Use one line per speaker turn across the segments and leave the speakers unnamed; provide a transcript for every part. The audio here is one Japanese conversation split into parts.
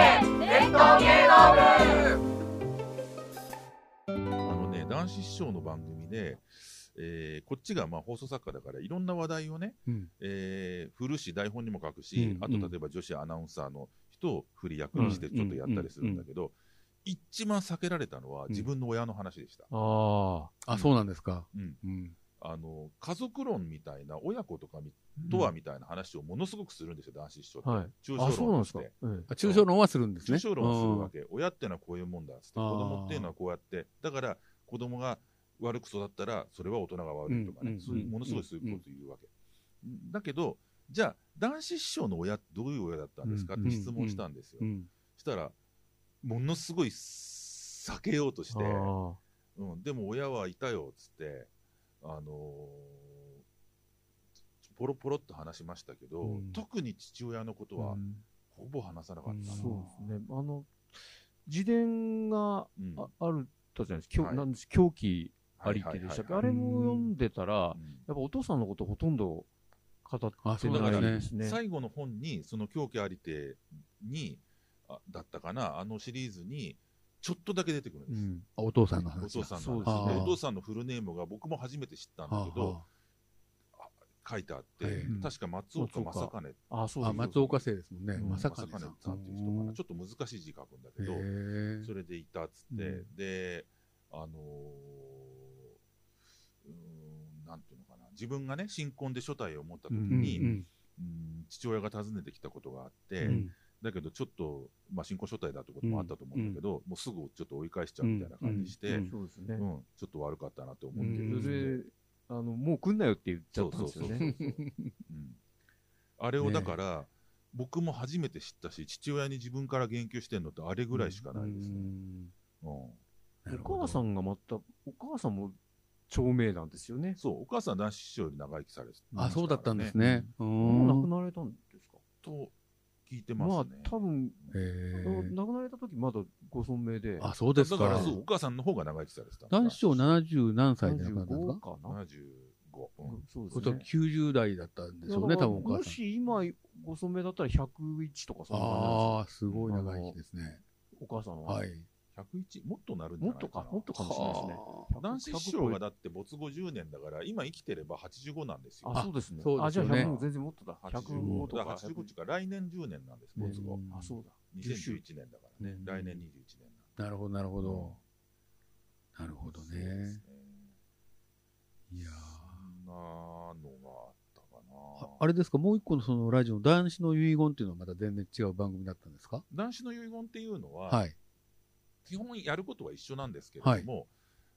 伝統芸能部
あのね、男子師匠の番組で、えーこっちがまあ放送作家だから、いろんな話題をね、
うん
えー振るし、台本にも書くし、
うん
あと例えば女子アナウンサーの人を振り役にして、ちょっとやったりするんだけど、一番避けられたのは、
ん
自分の親の話でした。
あ
あ、そうなんですか。
うん
うん。
あの家族論みたいな、親子とかみとはみたいな話をものすごくするんですよ、男子師匠って。
あ、はい。
抽
あ、
象
そうなんで
論と
す
し
か
て。。
うん
あ抽象論はするんですね。
抽象論をするわ
け。
け、親ってのはこういうもんだっつって子
あー
供っていうのはこうやってだから子供が悪く育ったらそれは大人が悪いとかね、
うんうん
そういうものすごいそういうこと言うわけ、だけどじゃあ男子師匠の親ってどういう親だったんですかって質問したんですよ、
うん。
したらものすごい避けようとして、
あ
うん、でも親はいたよっつってあのーポロポロっと話しましたけど、
うん
特に父親のこと
あ、
は
うん
ほぼ話さなかったな、
そうですね。あの、自伝が
うん
ああるったじゃないですか。狂
はい
なんです狂気ありっ
はい
て
はい
で
はい
したっけ
は
あ
い
れも読んでたら
う、ん
やっぱお父さんのことほとんど語って
あ、そう
だか
な
ら
ん
ない
で
です
ね。
すね。
最後の本に、その狂気ありてに、あだったかな、あのシリーズに、ちょっとだけ出てくるん
う
です。
ん。
あお父さんの
お
話
父
だ。
さん
そう
の
です
話
ね
でお父さんのフルネームが僕も初めて知ったんだけど、書いてあって、
え
え
確か松岡
松
正
岡
兼
あ、そうです
あはああ、松岡生ですもんね。
うん
まさ
正
か
兼
ねさ
さん
ん。
っていう人かな、ちょ
ょ
っと難しい字書くんだけ
へ
ど、
え
それでいたっつって、
う
で、あのーうーんなんていうのかな、自分がね、新婚で初体を持った時
うん
に、
うん
うん父親が訪ねてきたことがあって、
うん
だけどちょっと、まあ、新婚初代だってこともあったと思うんだけど、もうすぐちょっと追い返しちゃうみたいな感じして、う
うんん
そうですね。
ちょっと悪かったなと思ってるん
そ
で、
れで、あの、もう来んなよって言っちゃったんですよ
そうそう
ね。
うんあれをだから、僕も初めて知ったし父親に自分から言及してんのってあれぐらいしかないですね、うん
なるほ
お
ど
母さんがまた、お母さんも長命なんですよね。
そうお母さん男子師匠より長生きされて
あ、そうだったんですね。うー。
もうん亡くなられたんですか
と聞いて
ま
ま
あ
すね、、
多分、あ
へえ
の亡くなられた時まだご存命で、
あ、そうです
だから
か。
そうお母さんの方が長生きされてた
男子長
七
70何歳で亡くなったんです
75
か
かな。
75、うん
そう
ことは90代だったんでしょうね、
だから
多分お母
も
さん。
し今、ご存命だったら101とかそんな感じなんですよ
ああ、すごい長生きですね。
お母さんは。
はい。
101もっとなるんじゃ
も
な
っ
い
と
かな
か、もっとかもしれないですね。100
男子師匠が
100
だって没後10年だから、今生きてれば85なんですよ。
あ、そうですね。
そう
あ、
です
じゃ
よ
あ
ね
100も全然もっとだ。105
85
と
だ
か
から85っていうか、来年10年なんです、
ね
没後。
あ、そうだ。
2011年だからね
ね。
来年21年
なるほど、なるほ
うん
ど。なるほど
そうで
ね
す。
いやー
そんなのがあったかな
あ。あれですか、もう一個のそのラジオ、男子の遺言っていうのはまた全然違う番組だったんですか
男子の遺言っていうのは、
はい。
基本やることは一緒なんですけれども、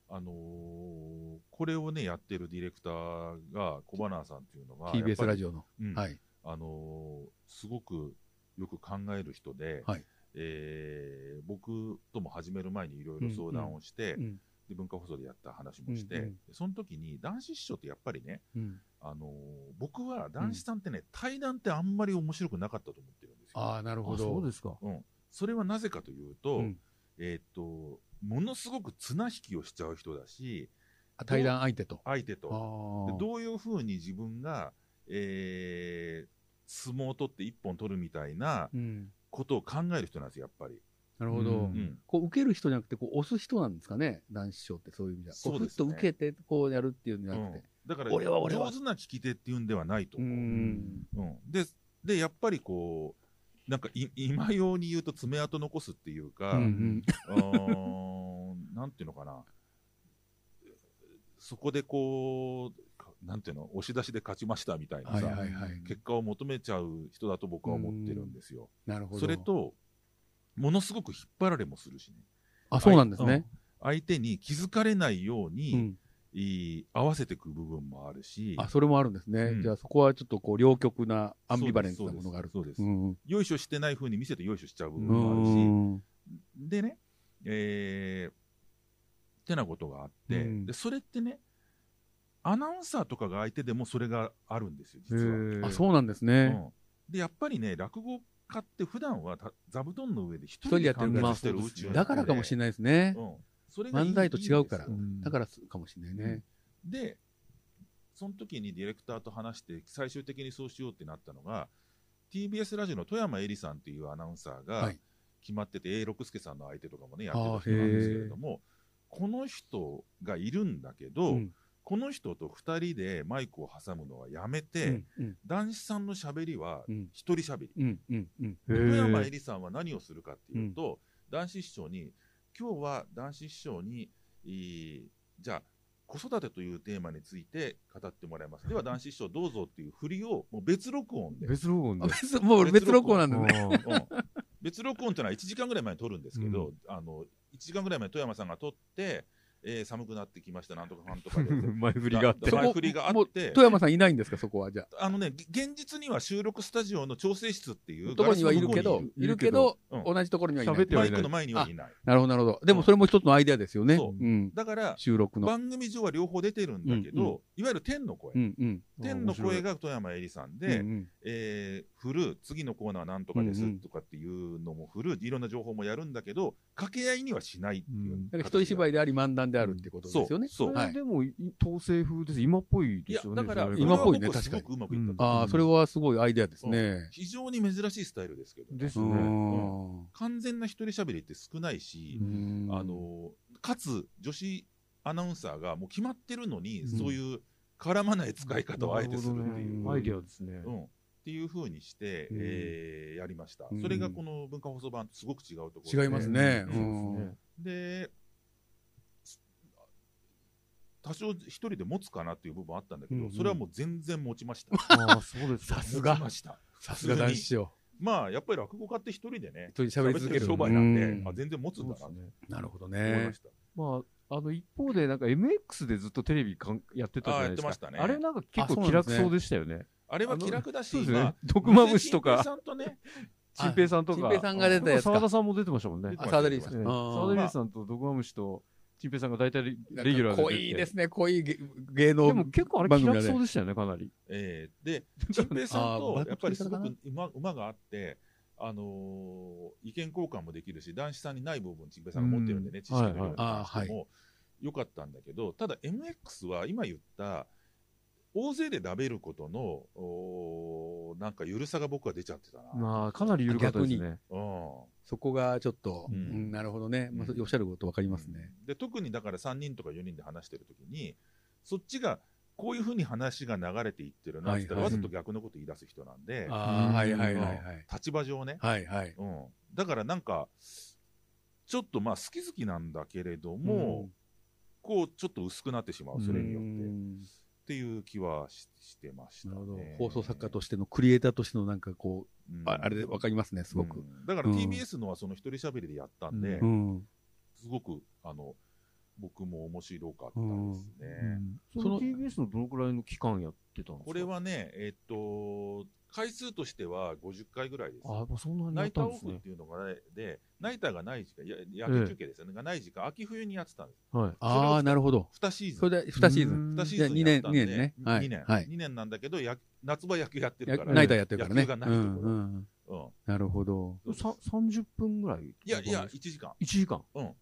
あのーこれをね、やってるディレクターが、小花さんっていうのが、
TBS ラジオの。
オ。うん
はい。
あのーすごくよく考える人で、
はい
えー僕とも始める前にいろいろ相談をして、
うんうん
で文化放送でやった話もして、
うんうん
でその時に男子師匠ってやっぱりね、
うん
あのー僕は男子さんってね、対談ってあんまり面白くなかったと思ってるんですよ。
ああ、なるほ
あ、
ど。
そうですか。
うん、それはなぜかというと,、
うん
えーっとものすごく綱引きをしちゃう人だし
あ対談相手と。
相手と。で
あ
どういうふうに自分が、えー相撲を取って一本取るみたいな
あ。うん。
ことを考える人なんですよ、やっぱり。
なるほど。
うん
うん
こう受ける人じゃなくて、こう押す人なんですかね、男子賞ってそういう意味じゃ。こ
そう
ふ
で
っ
すね
と受けて、こうやるっていうんじゃなくて。
だから
俺は俺は
上手な聞き手っていうんではないと思う。
ん。
うんでで、やっぱりこう、なんかい今用に言うと爪痕残すっていうか、
うんうん。
うーんなんていうのかな、そこでこう、かなんていうの、押し出しで勝ちましたみたいな
はい
さ、
はいはい。
結果を求めちゃう人だと僕は思ってるんですよ。
なるほど。
それ、と、ものすごく引っ張られもするしね。
あ、そうなんですね。
相手に気づかれないように、
うん。
いい合わせていく部分もあるし、
あ、それもあるんですね。
うん
じゃあそこはちょっとこう、両極なアンビバレンスなものがある。
そうですそううです
ん。
よいしょしてない風に見せてよいしょしちゃう部分
う
もあるし、
ん。
でね、えー、てなことがあって、
うん
で、それってね、アナウンサーとかが相手でもそれがあるんですよ、
へ
実は。
ー
あ、そうなんです
う
ね。
ん、で、やっぱりね、落語家って普段はた座布団の上で一
一人
人
でや
で
って
考
る
えてる
まあ
宇宙
うん
だからかもしれないですね。
うん、それがいい
漫才と違うから
いいんですよ
だからすかもしれないね。
で、その時にディレクターと話して、最終的にそうしようってなったのが、TBS ラジオの富山恵里さんっていうアナウンサーが、
はい
決まってて、永六輔さんの相手とかもね、やってた人なんですけれども、この人がいるんだけど、
うん
この人と2人でマイクを挟むのはやめ
う
て、
んうん
男子さんのしゃべりは
うん
一人しゃべり。
うんうんうん
へ
福山
ー
恵里さんは何をするかっていうと、男子師匠に今日は男子師匠に、えーじゃあ子育てというテーマについて語ってもらいますでは男子師匠どうぞっていう振りをもう別録音で、
別ロゴ
あ
ね。
別もう別録音なんだね。
あー
うん別録音っていうのは1時間ぐらい前に撮るんですけど、あの1時間ぐらい前に富山さんが撮って、えー寒くなってきましたなんとかかんとかで
前振りがあって
そ。こ
前振りがあって
富山さんいないんですか、そこはじゃあ。
あのねげ現実には収録スタジオの調整室っていう
ところにはいる
ガ
け
ラ
ど
スの向こ、
いるけど、
うん
同じところにはいな
喋
い
っ。て
うにいるマ
はい
イ
ない
クの前にはいない
なるほど、なるほど。でもそれも一つのアイデアですよね。
そう
うん。
だから
収録の。
番組上は両方出てるんだけど、
うん
いわゆる天の声、
うんうん。
天の声が富山恵里さんで、
うんうん
えー振る次のコーナーなんとかで
うんう
す
ん
とかっていうのも振る、いろんな情報もやるんだけど掛け合いにはしないっていう、
うん
だから一人芝
居
居であり漫談であるってことですよね。
そうそう
は
はいい、でも、い統制風です。今っぽい
い
で
や
すよね。
だから
それが
今っぽいね
これは僕はす
確かに
ごくうまくいったと、
ああ、それはすごいアイデアですね。
非常に珍しいスタイルですけど、
です
う
ね。
ん。
完全な一人喋りって少ないし、
うん
あ、のかつ女子アナウンサーがもう決まってるのに、
うん
そういう絡まない使い方をあえてするっていう。
アイデアですね。
うん、っていうふうにして、
うん
えーやりました、
うん
それがこの文化放送版とすごく違うところで
違いますね。
う
うんん
ね
でそ多少一人で持つかなっていう部分あったんだけど、
うんうん
それはもう全然持ちました
ああ、そうです
さ
か。
すが
持ちました
さすが男子を
まあやっぱり落語家って一人でね
一人喋り
喋
続ける。
ってる商売なんで、
うん
あ全然持つ
そ
ん
う
だ
です
な
ね。
なるほど
と思いま
ね。
した、
まあ、あの、一方で、なんか MX でずっとテレビかんやってたじゃないですか。
あやってましたね
あれなんか結
あそう
構
なん
気
ですね
楽そうでしたよね。
あれは気楽だし
そうです
ま
ね
あ。
毒まぶしとか、
さんとね
ちんぺいさんとか。
チンペイさんが出たやつか
澤田さんも出てましたもんね。
出てま
あ、
した
サーデリーさん。
ええ澤田
あ
リーさんと毒まむしと、ちんぺいさんが大体レ
ー
レギュラーで出て。
濃いですね、濃い芸芸能。
でも結構あれ
番
気
組だ
楽
ね
そうでしたよね、かなり。
えー、 で、陳平さん
あ
と
ー
やっぱりすご
バイ
く馬馬があって、あのー意見交換もできるし、男子さんにない部分、陳平さんが持ってるんでね、
うん
知識の量に
はいはい
関して
あー
も良かったんだけど、ただ MX は今言った、大勢で食べることのおーなんか緩さが僕は出ちゃってたな。
まあ、かなり緩かったですね。
うん
そこがちょっと、
うん
うんなるほどね。まあ、おっしゃることわかりますね。
で特にだから3人とか4人で話してる時にそっちがこういうふうに話が流れていってるなって言ったら、
はい
はい
わざと逆のこと言い出す人なんで、
ああ、
うん
はいはいはいはい。
立場上ね、
はいはい。
うん、だからなんかちょっとまあ好き好きなんだけれども、こうちょっと薄くなってしまうそれによって、っ
ん
ていう気はししてました、
な
ね
るほど。放送作家と
して、
してのクリエイターとしてのなんかこう、
うん
ああれわかりますね、すごく
う。んだから
うん
TBS のはその一人喋りでやったんで、
う
うん。
すごくあの僕も面白かったですね、
そ
その
の TBS のどのくらいの期間やってたんですか
これ、はねえっと回数としては50回ぐらいです
あやっぱそんなに
ナ
やっ
イタ
た
ー
ん
オ
です
フっ
ね。
ていうのがねでナイターがない時間や野球中継ですよね、がない時間秋冬にやってたんです
はい。
ああ、なるほど。
2シーズン
それで2シーズン。
うん
2シーズンやったんで、
二年二年ねはい
二年、
はい
二年なんだけど、や夏場野球やってる
や
から、
ナイターやってるからね。
野球がないうとこ
んう
ろ。
ん。
うん
なるほど。
さ30分ぐらい
いやいや、1時間。
1時間。
うん。
1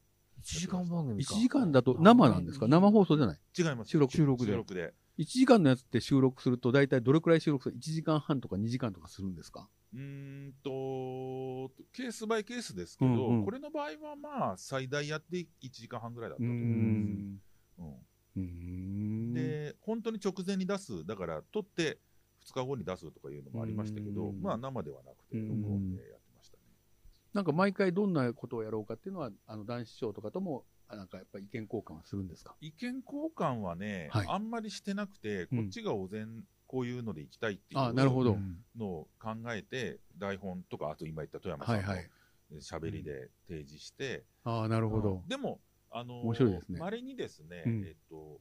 時間番組
1
か。
時間だと生なんですか生放送じゃない
違います。
収録
収録で
収録で。
?1 時間のやつって収録すると大体どれくらい収録する ?1 時間半とか2時間とかするんですか
うーんと、ケースバイケースですけど、
うんうん
これの場合はまあ、最大やって1時間半ぐらいだったと思う
ー
ん
ん
うー
うん
ん。
で、本当に直前に出す、だから、撮って2日後に出すとかいうのもありましたけど、
うん
まあ、生ではなくて、
うん
録音でやってましたね。
なんか毎回どんなことをやろうかっていうのは、あの男子賞とかとも、あなんかやっぱり意見交換はするんですか
意見交換はね、
はい
あんまりしてなくて、こっちがお膳、こういうので行きたいっていう。
あなるほ
う
ど
ん
のを考えて台本とかあと今言った富山さ
は
ん
いは
の
い。
喋りで提示して、
ああ、なるほど。
でもあの
面白いですね
稀にですね、
うん
えっと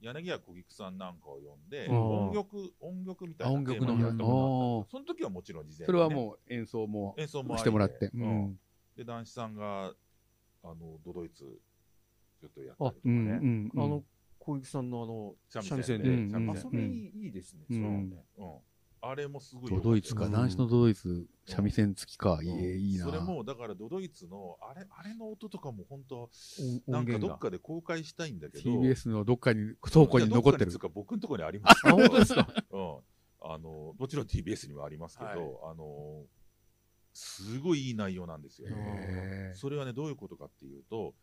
柳家小菊さんなんかを呼んで
あー
音曲音曲みたいな
あ音
テー
曲
マ
の
をやったことがあったんですよその時はもちろん事前にね、
それはもう演奏も
演奏もありで
してもらって。
う
うんん
で男子さんがあのドドイツちょっとやったりとか
う
ね、
ん
あの、小雪さんのあの、
三味線
で
三味
う
線
んうん
あ、それいいいいですね。
うん
そう
うんあれもすごい
ド
良かった
ドイツか、
うん
男子のドドイツ、三味線付きか、いえ、いいな。
それもだからドドイツのあれあれの音とかも本当
音
なんか
源
ど
が
っ。かで公開したいんだけど
TBS のどっかに、倉庫に残って
いやどかに
る
つう。か僕のところにありますけ
あ、
ど
本当ですか
うん、あのもちろん TBS にもありますけど、
はい
あのすごいいい内容なんですよ。
へー
それはね、どういうことかっていうと、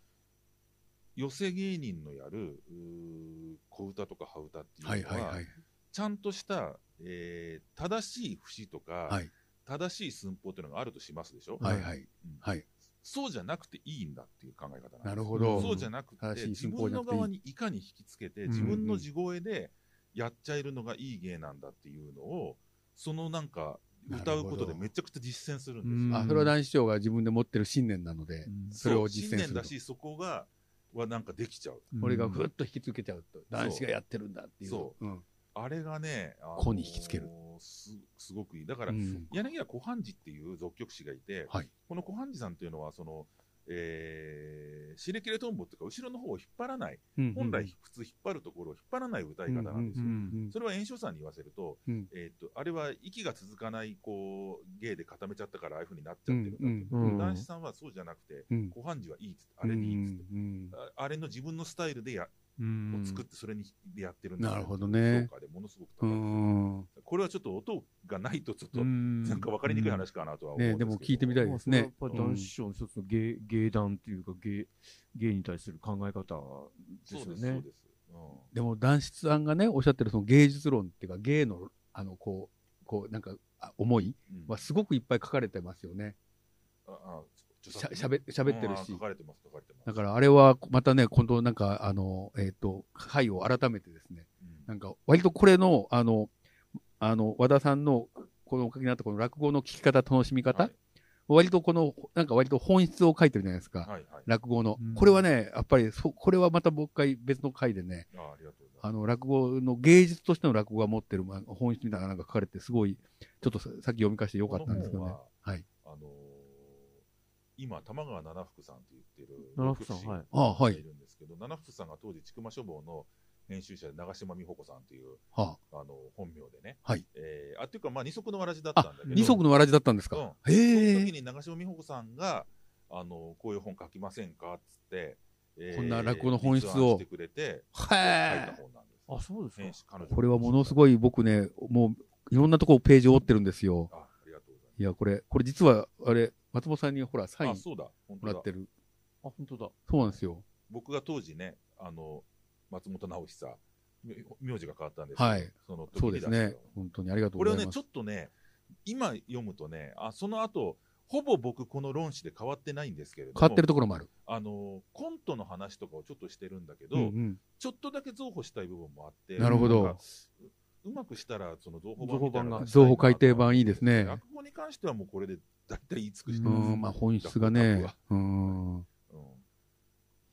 寄席芸人のやるうー小唄とか羽唄っていうのは、
はいはいはい。
ちゃんとした、えー正しい節とか、
はい
正しい寸法っていうのがあるとしますでしょ、
はいはい
うん。
はい。そう
そうじゃなくていいんだっていう考え方なん
な
です
るほど。
そうじゃなくて
正しい
自
寸法
分
じゃ
の
なくていい
側にいかに引きつけて、
ん
自分の地声でやっちゃえるのがいい芸なんだっていうのを、そのなんか、歌うことでめちゃくちゃ実践するんですよ。
なる
あ
ほど
それは男子長が自分で持ってる信念なので、それを実践
そう信
す
念
る
だし、そこが、はなんかできちゃう。
俺がふっと引きつけちゃうと、男子がやってるんだっていう。
そ
うん。
あれがね、あのー
個に引きつける。
すすごくいい。だか
う
ら、
ん
柳家小半寺っていう俗曲師がいて、
はい
この小半寺さんっていうのは、その、えー、しれきれとんぼっていうか、後ろの方を引っ張らない、本来普通引っ張るところを引っ張らない歌い方なんですよ。それは演唱さんに言わせると、
うん
えーっと、あれは息が続かない、こう、芸で固めちゃったから、ああいうふうになっちゃってるんだって。
うん
男子さんはそうじゃなくて、
うん
小半寺はいいっつって、あれでいいっつって、
うん
ああれの自分のスタイルでや、を作って、それにでやってるん
なるほど
評
ね。
価でものすごく高
う
い。
ん。
これはちょっと音がないとちょっと、な
なん
か分かりにくい話かなとは思うん
ね
すけど
でも聞いてみたいですね
やっぱ男子賞の一つの芸芸団というか芸芸に対する考え方で
そう
すよ
です、そう
ね。
です。う
でも男子さんがね、おっしゃってるその芸術論っていうか、芸の、あの、こう、こう、なんか、あ思い
ん。
はすごくいっぱい書かれてますよね。
ああ著
しゃ
作
しゃべ喋って
う
る
ん
し
書。かれてます、書かれてます。
だからあれは、またね、今度なんか、あの、えっ、と、回を改めてですね、
うん
なんか、割とこれの、あの、あの、和田さんの、このお書きになったこの落語の聞き方、楽しみ方、
はい
割とこの、なんか割と本質を書いてるじゃないですか。
はいはい。
落語の
うん。
これはね、やっぱりそ、これはまたもう一回別の回でね、
あありがとうございま
あ
す。
の、落語の芸術としての落語が持ってるま本質みたいなのが書かれて、すごい、ちょっとささっき読み返してよかったんですけどね。
この
はい。
本は、あのー今、玉川七福さんって言ってる、
七福さんはい。
ああ、は
がい
い。
るんですけど、七福さんが当時、千曲書房の編集者で長島美穂子さんっていう、
は
あの本名でね、
はい
えーあっていうか、まあ、二足のわらじだっ
あ。
たん
あ
だけ、ど、
二足のわらじだったんですか。
うん、
へえ
その時に長嶋美穂子さんが、あの、こういう本書きませんかっつって、えー
こんな落語の本質を
立案してくれて、書い
は
た
い。
本なんです。
あそうですか
ね。彼女
これはものす
い。
ごい僕ね、もう、いろんなとこページを折ってるんですよ。
あ、ありがとうござい
いや、これ、これ実は、あれ、松本さんにほら、サイン
ます。あ、
も
そうだ、本
ら
当だ
って。る。
あ本当だ。
そうなんですよ。
僕が当時ね、あの、松本直久、み名字が変わったんです
はい。
その時
そう
に
です
出した
ね
の。
本当にありがとう
こ
ご
れを
ざい
ね、
ま
ち
す
ょ。っとね、今読むとね、あ、その後、ほぼ僕この論旨で変わってないんですけれども、
変わってるところもある。
あの、コントの話とかをちょっとしてるんだけど、
うんうん
ちょっとだけ増補したい部分もあって、
なるほど
んかううまくしたら、その増補版みたいなの
造法改訂版いいですね。
落語に関してはもうこれで大体言い尽くして
う
ます
ん、まあ本質がね。うん。
うん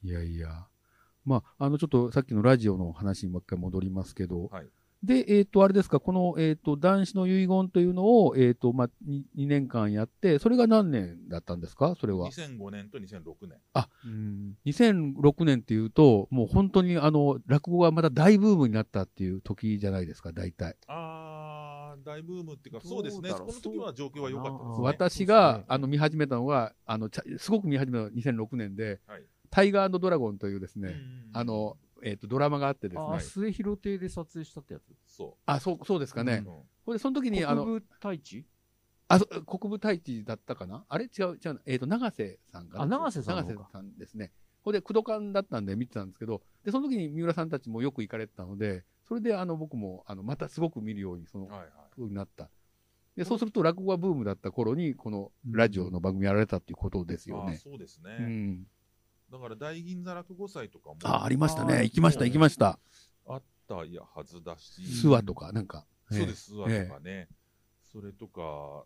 いやいや。まあ、あの、ちょっとさっきのラジオの話にもう一回戻りますけど。
はい
で、えっ、と、あれですか、この、えっ、と、男子の遺言というのを、えっ、と、まあ、2, 年間やって、それが何年だったんですかそれは。
2005年と2006年。
うん
2006年っていうと、もう本当にあの、落語がまた大ブームになったっていう時じゃないですか、大体。
あー、大ブームっていうか、
どう
そうですね。
だ
そ
ろ
こ
う
の時は状況は良かったです
そうそ
ね。
私
う
が
ですね、
あの、見始めたのが、あの、ちゃすごく見始めたのが2006年で、
はい
タイガードラゴンというです
うん
ね、あの、、えっ、と、ドラマがあってですね
あ、末広亭で撮影したってやつ。
そ
あ、そう、そうですかね。
う。
うん
これ、その時に、あ
国
の、
分太一
あ、そ国分太一だったかなあれ違う、違う、えっ、と、長瀬さんかな
あ長瀬さんの
長
方か
瀬さんですね。これで、工藤館だったんで見てたんですけど、で、その時に三浦さんたちもよく行かれてたので、それで、あの、僕も、あの、またすごく見るように、その、
はいはい。
ふうになった。で、そうすると、落語がブームだった頃に、この、ラジオの番組やられたっていうことですよ
あー
ね。
そうです
う
ね。
ん。
だから、大銀座落語祭とかも
あ、ありました
あ
ね。
ー
行きました、行きました。
あったやはずだし。
諏訪とか、なんか。
そう
え
で
え。
す、諏訪とかね、それとか、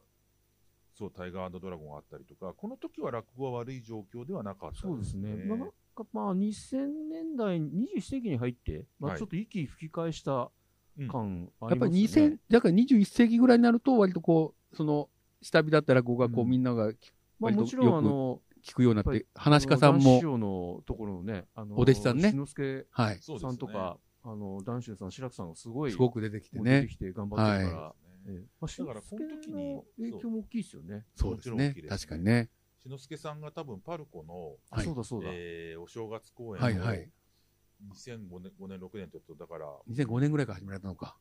そう、タイガードラゴンがあったりとか、この時は落語は悪い状況ではなかった
そうですね。まあ、なん
ね
かまあ2000年代、21世紀に入って、ま
は
あ、
い
ちょっと息吹き返した感あ
や
り
っぱ
ま
り
すよ
2000
ね。、
だから21世紀ぐらいになると、割とこう、その、下火だった落語が、こう、
うん
みんなが聞
まあ
割と
もちろんあの、
聞くようになっ、
やって
話し家さん
男子
も
師、匠のところのね、あの
お弟子さんね
志の輔
はい、
そうです
さ
ね
んとか、あの男子さん、白木さんがすごい
すごく出てきて
もう出
ね
て。きて頑張ってる
そう
から、え
ですね
えまあ、志の輔
この時に
の影響も大きいですよね。
そうです
もちろん
ね
大きい。ですね
確かにね。
志の輔さんが多分パルコの、
あ
はい
そうだそうだ。
えーお正月公演を
はいはい。
2005年、5年、6年って言うと、だから、
2005年ぐらいから始められたのか。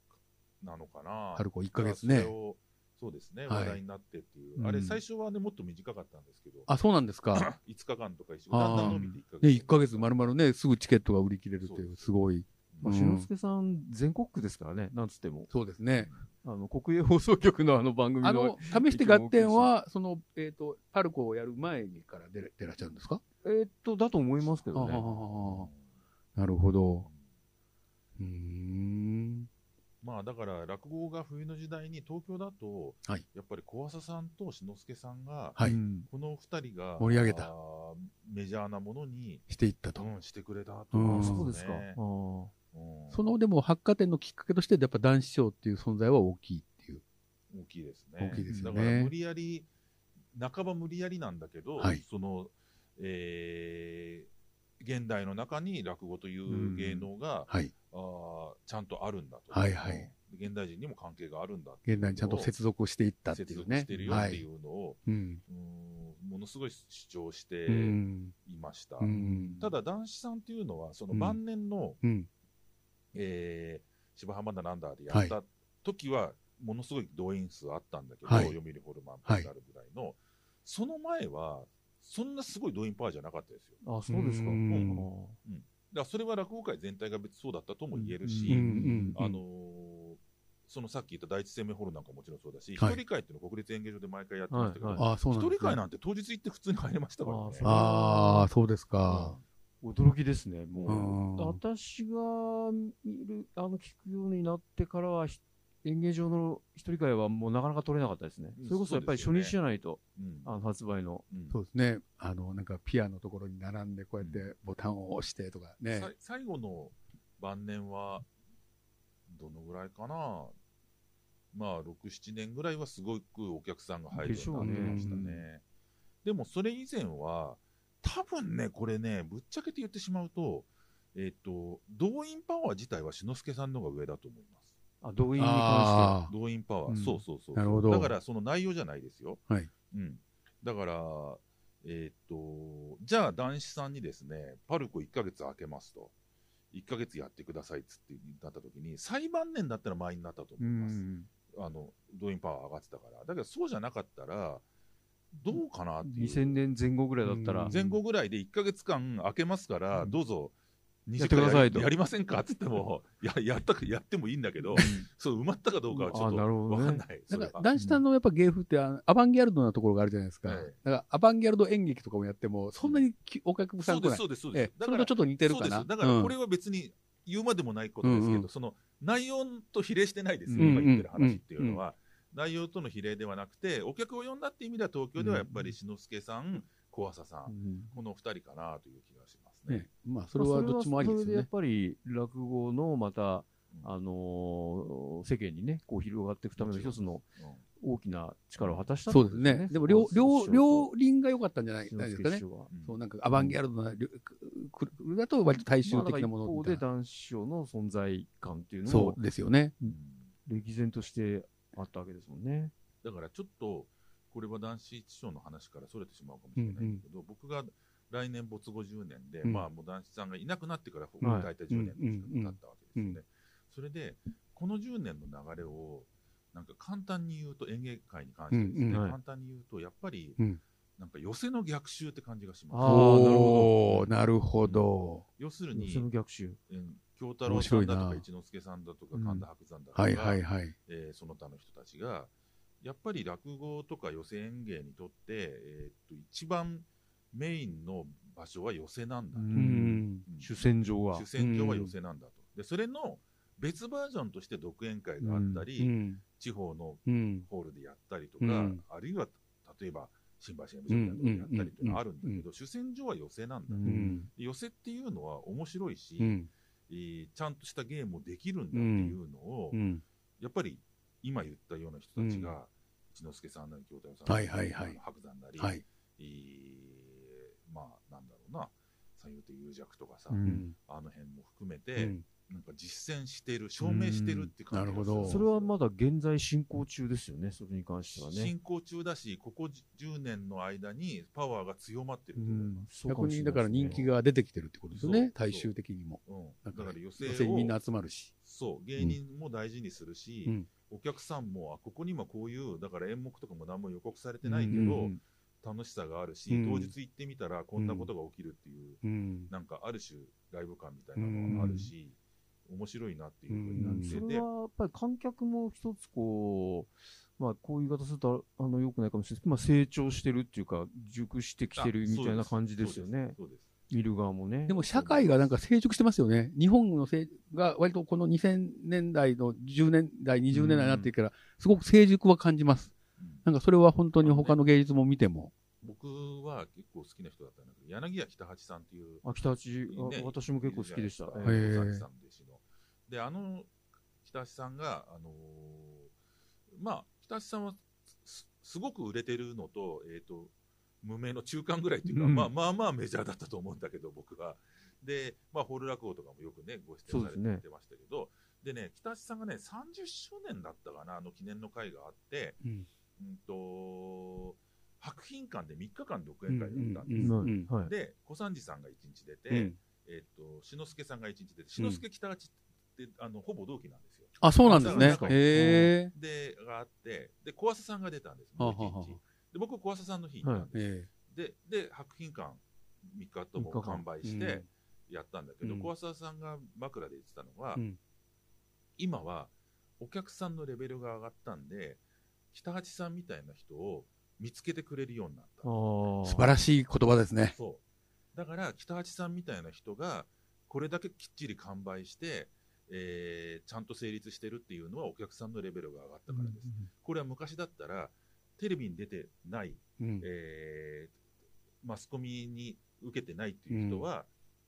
なのかな。
春子1ヶ月
だから
ね
それ。をそうですね、
はい
話題になってっていう、
うん
あれ、最初はね、もっと短かったんですけど、
あ、そうなんです か。
5日間とか1週間、だんだん伸びて1ヶ月。
ね、1ヶ月丸々ね、すぐチケットが売り切れるという、すごい。
まあ、
うん
志の輔さん、全国区ですからね、なんつっても。
そうですね。
あの、国営放送局のあの番組
あ
の
の、試して合点は、その、えっ、と、パルコをやる前にから出れ出らっしゃるんですか
えーっと、だと思いますけどね。
あなるほど。うーん。
まあだから落語が冬の時代に東京だと、
はい
やっぱり小朝さんと志の輔さんが、
はい
うん
この二人が
盛り上げた
あーメジャーなものに、
していったと。
うん、してくれたと
う
思い
ん
ま
そうですか。
ね
あー
うん
その、でも、発火点のきっかけとして、やっぱ男子賞っていう存在は大きいっていう。
大きいですね。
大きいですよね
だから無理やり、半ば無理やりなんだけど、
はい
その、えー現代の中に落語という芸能が、
はい。
あーちゃんとあるんだと。
はいはい
現代人にも関係があるんだっていう
現代にちゃんと接続をしていったってい
接
う
続
ね。
してるよ
は
ってい
い。
うのを、
うん。
うーんものすごい主張して
うん。
いました。
うん。
た、だ、男子さんっていうのは、その
うん
晩年の、
うん。
えー芝浜だなんだでやった時は、ものすごい動員数あったんだけど、
はい
読売ホルマンプになるぐらいの、その前は、そんなすごい動員パワーじゃなかったですよ。
あ、そうですか。
う
うんん
だからそれは落語界全体が別にそうだったとも言えるし、
うんうんうん
あのーそのさっき言った第一生命ホールなんかももちろんそうだし、一
はい
人会っていうのを国立演芸場で毎回やってましたけど、
はいはい
ああ、そう
一
なんで
人
すか
会。なんて当日行って普通に入れましたからね
あ。そう
ああ、そうですか。
驚きですね、
う
もう。
ん。
私が見る、あの、聞くようになってからは、ひ演芸場の一人会はもうなかなか取れなかったですね
う。ん
それこそやっぱり初日じゃないと、
うん
あの発売の。
うん
そうですね。あの、なんかピアのところに並んで、こうやってボタンを押してとかね
さ。い最後の晩年は、どのぐらいかな、まあ、6、7年ぐらいはすごくお客さんが入るようになってました
でしょう
ね。でも、それ以前は、多分ね、これね、ぶっちゃけて言ってしまうと、えっ、と、動員パワー自体は志の輔さんの方が上だと思います。
あ、動員に関
ああ、
動員パワー、
うん
そうそうそう。
なるほど
だから、その内容じゃないですよ。
はい
うん。だから、えーっと、じゃあ、男子さんにですね、パルコ1ヶ月空けますと、1ヶ月やってくださいっつってなった時に、最晩年だったら前になったと
して。う
思います。
ん。
あの、動員パワー上がってたから。だけど、そうじゃなかったら、どうかなっていう。
2000年前後ぐらいだったら
うん、
前後ぐらいで1ヶ月間空けますから、
うん
どうぞ、
やってくださいと
やりませんかっつっても、や、やったか、やってもいいん だけど、そう、埋まったかどうかはちょっ
あなる
と
ほど
わ
ね
かんない。
な
そ
ん
れ
か
は
男子さんのやっぱ芸風ってあのアバンギャルドなところがあるじゃないですか。
はい
だからアバンギャルド演劇とかもやっても、そんなにきお客さ
そう
ん来
で
な
す、
い。
そうです、そう
え
で
え
す。
それとちょっと似てるか
そう
な。
ですだからこれ
うん
は別に言うまでもないことですけど、
うんうん
その内容と比例してないですよ、
うん
今言ってる話っていうのは、内容との比例ではなくて、お客を呼んだって意味では、東京ではやっぱり志の輔さん、小朝さ
う
ん、
ん
この二人かなという気がしますね。
ね、まあそれはどっちもありです
それ
よ
やっ
ね。
ぱり落語のまた、
うん
あのー世間にね、こう広がっていくための一つの
う
大きな力を果たした
そうですね。でも両、両、両輪が良かったんじゃない
じゃ
な
ないい
で
ですす
か
か
ね
ね。。
ん
そう、なんかアバンギャルドな、りゅくくくだと割と大衆的なもの
まあ
み
だから一方で
たいな。
男子賞の存在感っていうの
そ
も
うですよね。
うん
歴然としてあったわけですもんね。
だからちょっと、これは男子一生の話からそれてしまうかもしれないけど、僕が来年没50年で、
うん
まあもう男子さんがいなくなってから、ほぼ大体10年
うん
経ったわけですよね。
うんうん
それで、この10年の流れを、なんか簡単に言うと、演芸界に関してですね、
うん
うんはい
簡単に言うと、やっぱり、
うん
なんか寄せの逆襲って感じがし
あ
ます。
ー
おー、なるほど。
要する
その
に、
逆襲。
うん京太郎さんだとか、一之輔さんだとか、
うん
神田伯山だとか、
はいはいはい。
えーその他の人たちが、やっぱり落語とか寄せ演芸にとって、えーっと一番メインの場所は寄せなんだ
う
と、
うんん。
うん
主戦場は
主。戦場は寄せなんだと、でそれの別バージョンとして独演会があったり、
うん。
地方の
うん。
ホールでやったりとか、
うん
あるいは例えば新橋演舞場でやったりとかあるんだけど、
うんうんうん
主戦場は寄せなんだ、
うん
うん。
寄せっていうのは面白いし、
うん。
えーちゃんとしたゲームもできるんだっていうのを、
うん。
やっぱり今言ったような人たちが、一之輔さんなり京太郎さんな
は
り、
いはいはい
白山なり、
はい。
えーまあなんだろうな三遊亭遊弱とかさ、
うん
あの辺も含め
う
て、
ん
なんか実践してる証明してるって感じがす
うんなるほど
それはまだ現在進行中ですよね、それに関してはね。
進行中だしここ10年の間にパワーが強まってる
う
と思いま
ん
す、
そうか
逆
もし
に
れ
だ
な
か
いで
ら
すね
人気が出てきてるってことですよね
そう、
大衆的にも。
うんだ
だか
からら寄
寄席
席
にみん
を
な集まるし。
そう芸人も大事にするし、
うん
お客さんもあここに今こういうだから演目とかも何も予告されてないけど、
うん
楽しさがあるし、
うん
当日行ってみたらこんなことが起きるっていう、
うん
なんかある種ライブ感みたいなのがあるし、面白いなっていうふうになっ
そ
て
れ
て、
はやっぱり観客も一つこう、まあ、こういう言い方するとああの良くないかもしれないですけど、まあ、成長してるっていうか、熟してきてるみたいな感じですよね、
そうです
見る側もね。
でも社会がなんか成熟してますよね。日本のせいが割とこの2000年代の10年代、20年代になっていくから、すごく成熟は感じます。
そうですうん
なんかそれは本当に他の芸術も見ても。
僕は結構好きな人だったんだけど、柳家北八さんっていう、
秋田八、あ
ね
私も結構好きでした。
いる
え
じゃ
え
ないですか北八さ
へえ
んの弟子の。で、あの北八さんが、あのーまあ、北八さんはすすごく売れてるのと、えっ、と、無名の中間ぐらいっていうか、
うん
まあまあまあメジャーだったと思うんだけど、僕は。で、まあ、ホール落語とかもよくね、ご出演され
そうですね
てましたけど、でね、北八さんがね、30周年だったかな、あの記念の会があって、
うん
うんと、博品館で3日間独演会だったんですよ。
うん
はい
うん
はい
で、小三治さんが1日出て、
うん
えっと、志の輔さんが1日出て、志の輔北八って、あのほぼ同期なんですよ。
あ、そうなんです
そう
ね
なんです。か
へえ。
で、があって、で、小朝さんが出たんです、
はあ
もう
はあは
1
あ
日。で、僕、小朝さんの日に行ったんですよ、
え
で、で、博品館、3日とも
三日間
完売
え
してやったんだけど、
うん
小朝さんが枕で言ってたのは、
うん
今はお客さんのレベルが上がったんで、北八さんみたいな人を見つけてくれるようになった。
素
素晴らしい言葉ですね。
そう。だから、北八さんみたいな人が、これだけきっちり完売して、えーちゃんと成立してるっていうのは、お客さんのレベルが上がったからです。これは昔だったら、テレビに出てない、
うん
えーマスコミに受けてないっていう人は、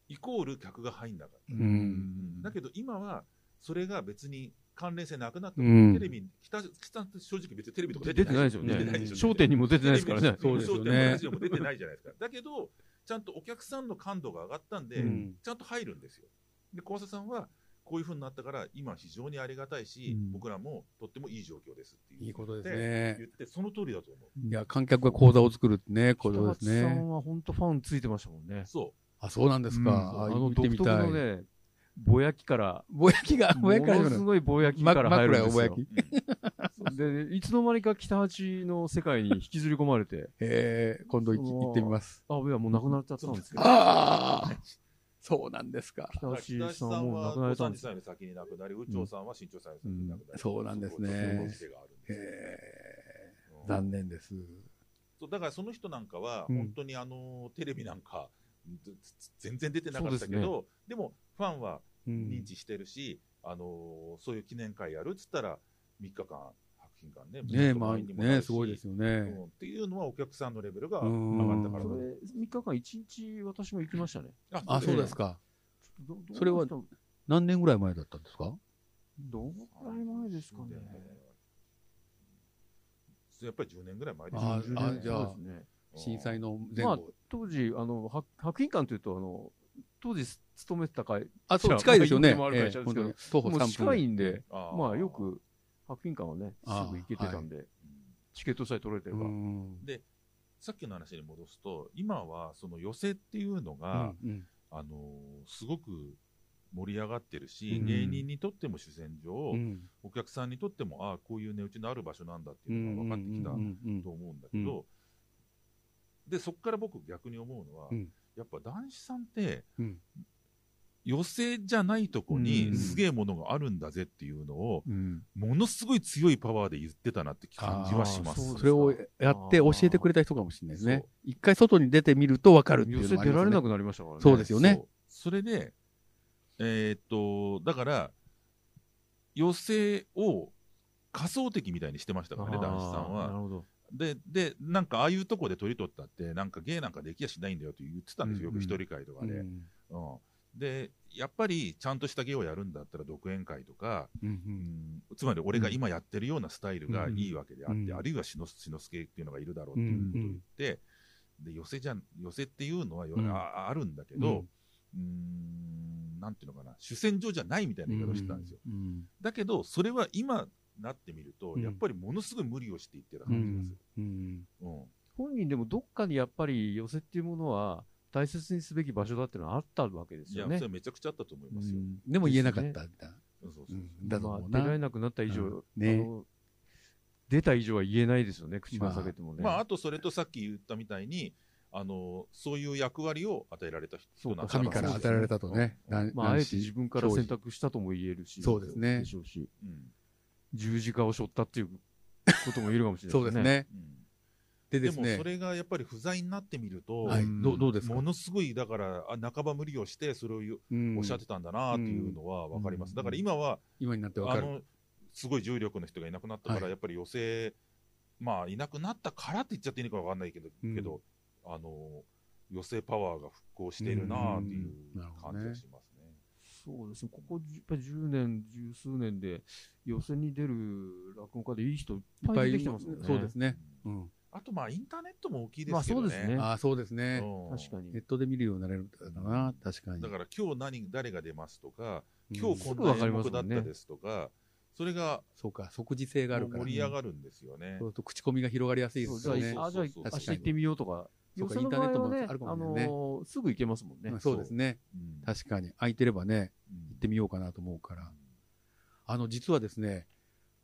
イコール客が入んなかった。
うん
だけど、今は、それが別に関連性なくなった。
うん
テレビに、北北って正直別にテレビとか
出てないですよ
出てない
ね。
でしょ
商店にも出てないですからね。
テレビ
そうで
商店
すよね
もラジオも出てないじゃないですか。だけど、ちゃんとお客さんの感度が上がったんで、
うん
ちゃんと入るんですよ。で、小朝さんは、こういうふうになったから、今非常にありがたいし、
うん
僕らもとってもいい状況ですっていう。
いいことです
言
ね。
って、その通りだと思う。
いや、観客が講座を作るってね、こ
北
とです
松さ
ね
ん。は本当ファンついてましたもんね。
そ
あ、そうなんですか。
うん
あ
あの
見て
独
み
特
たい
の。ね、ぼやきから、
ぼやきが、ぼやきから
ものすごいぼやき
ま
から入る
枕
ん
を
です
ぼや
よ
き。。へ
う。 うん
で、いつの間にか北八の世界に引きずり込まれて、
え、今度い
その
行ってみます。
あ、いや、もう亡くなっちゃったんですけど、
ああそうなんですか。
北
北橋
八さ
さ
んは
ん
もう亡
は
くな
小
れた
三
んで
治
す
さんより先に亡くなり、右長さんは新長さんより先に亡くなり、
そうなんですね
そういう背があるんです
へ
よ
え、
うん
残念です。
そうだからその人なんかは、
うん
本当にあのテレビなんか、ずず全然出てなかったけ
そ
ど、でもファンは
う
認
ん
知してるし、あのーそういう記念会やるっつったら、3日間、博品館ね、
ねえ、まあ、
ずっと満員にもな
ね
る
え、
し
すごいですよ
う
ね。
んっていうのはお客さんのレベルが
う
上
ん
がったか
そ
ら
れ
だ
3日間、1日私も行きましたね。
あ、そうです
か。
か。
どどう
それは
どう
何年ぐらい前だったんですか
どのくらい前ですかね。
やっぱり10年ぐらい前です
あ
よね
あ
10
じゃあ
そうですね
震災の前
まあ
後。、
当時、あの、は博品館というと、あの、当時勤めてた会、
あ、そ
じゃ
う、
あ
近いですよね。え
まあいくつもある会
え
社です
本
け
当
ど
に。徒歩
もう
3
近い
分。
んで、
あー
まあよく博品館はね、す
あー
ぐ行けてたんで、
うん
チケットさえ取れてれば。
うん
でさっきの話に戻すと、今はその寄席っていうの
う
が、
んうん
あのーすごく盛り上がってるし、
うん
芸人にとっても主戦場、
うん
お客さんにとっても、ああ、こういう値打ちのある場所なんだっていうのが分か
う
っ
んう
て
んうんう
き
ん
たと思うんだけど、でそこから僕、逆に思うのは、
うん
やっぱ男子さんって、
うん
寄席じゃないとこ
うんう
に
ん
すげえものがあるんだぜっていうのを、
うん
ものすごい強いパワーで言ってたなって感じはしま
あーそう
す。
それをやって教えてくれた人かもしれないですね。一回外に出てみると分かるってい
寄
う
せ
のもあ
出
り
ら
ま
れ
すね
な。くなりましたからね。
そうですよね
そう。それで、えーっと、だから、寄席を仮想的みたいにしてましたからね、
あー
男子さん
なる
は。
ほど。
で、で、なんかああいうとこで取り取ったって、なんか芸なんかできやしないんだよって言ってたんですよ、
うんうん
よく一人会とかで、うんで、やっぱりちゃんとした芸をやるんだったら独演会とか、
うんう
うんんつまり俺が今やってるようなスタイルがいいわけであって、
うん
あるいは志の志の輔っていうのがいるだろうっていうことを言って、で寄せじゃん寄せっていうのはよ、
うん
ああるんだけど、うーんなんていうのかな、主戦場じゃないみたいな言い方をしてたんですよ。
うん
だけど、それは今なってみると、
うん
やっぱりものすごい無理をしていってた
う
感じがす
ん
る。
うん
うん
本人でもどっかにやっぱり寄せっていうものは大切にすべき場所だっていうのはあったわけです
いや、
よ
それ
ね。
はめちゃくちゃあったと思いますよ。
でも言えなかったみたいな。
そうそう
う
そうん
だと
まあ
思う、
出ら
な。
れなくなった以上、
うんね
あの出た以上は言えないですよね、口を下げてもね。
まあ、あとそれとさっき言ったみたいに、あのそういう役割を与えられた人なんだ
そう
神から与えられたとね。
うん
男
まあ、あえて
男子
自分から選択したとも言えるし、
そうですね
でしょうし、
うん
十字架を背負ったっていうことも言えるかもしれな
そ
いうで
ですす
ね。
ね。
うんで
でです
も
ね
そ。れがやっぱり不在になってみると、
はい。
うん
どうどうですか
ものすごいだからあ半ば無理をしてそれを言う
うん
おっしゃってたんだなっていうのは分かります、
うん
だから今は
今になってわ
あ
かる。
のすごい重力の人がいなくなったから、
はい
やっぱり余生まあいなくなったからって言っちゃっていいのか分かんないけど,、
うん
けどあの余生パワーが復興しているなっていう
うんなるほど
感
ね
じがしますね。
そうですね、ここじやっぱり10年、十数年で、予選に出る落語家でいい人いっぱい出てきてますもんね。
そうですね。
う
うんん。
あとまあインターネットも大きいですけど
まあ
ね。
そうですね
ああ、そうですね。
うん
確かに
ネ。ットで見るようになれるかな、確かに。
だから今日何誰が出ますとか、
うん
今日こんな演目だったですとか、それが
そうか、即時性があるから、
盛り上がるんですよね
そ。うと口コミが広がりやすいで
そう
す
じ
よ
ゃ
ね。
そう
あ、あじゃあ、
そう
明
そう
日行ってみようとか。
そうか
予選の場合は
インターネットもあるかもしれないね
あのーすぐ行けますもんね
うん。そうですね。
うん
確かに。空いてればね、
うん
行ってみようかなと思うから。あの、実はですね、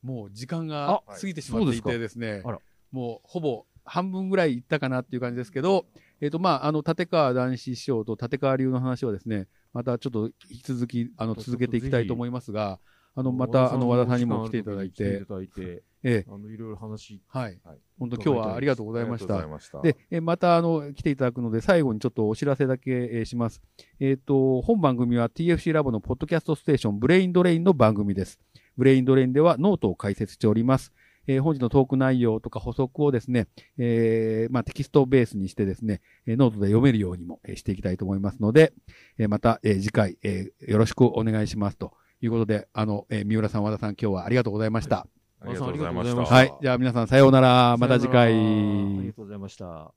もう時間が
あ
過ぎてしまってい
そう
てですね、
あら
もうほぼ半分ぐらい行ったかなっていう感じですけど、えっ、と、まあ、あの、立川男子師匠と立川流の話はですね、またちょっと引き続き、あの、続けていきたいと思いますが、あ
あ
の、また、あの、和田さんにも来ていただいて、
いて
ええ、
あの、いろいろ話。
はい
はい。
本当今日はありがとうございまし
あ
た
りがとう。ございました。
で、えーまた、あの、来ていただくので、最後にちょっとお知らせだけ、えーします。えっ、と、本番組は TFC ラボのポッドキャストステーション、ブレインドレインの番組です。ブレインドレインではノートを解説しております。えー本日のトーク内容とか補足をですね、えーまあ、テキストをベースにしてですね、えーノートで読めるようにもえーしていきたいと思いますので、えーまた、えー次回、えーよろしくお願いしますということで、あの、えー三浦さん、和田さん、今日はありがとうございました。
ありがとうございまし
ありがと
た。
うございま
はい。じゃあ皆さんさようなら。また
さ
次
よ
回。
ならありがとうございました。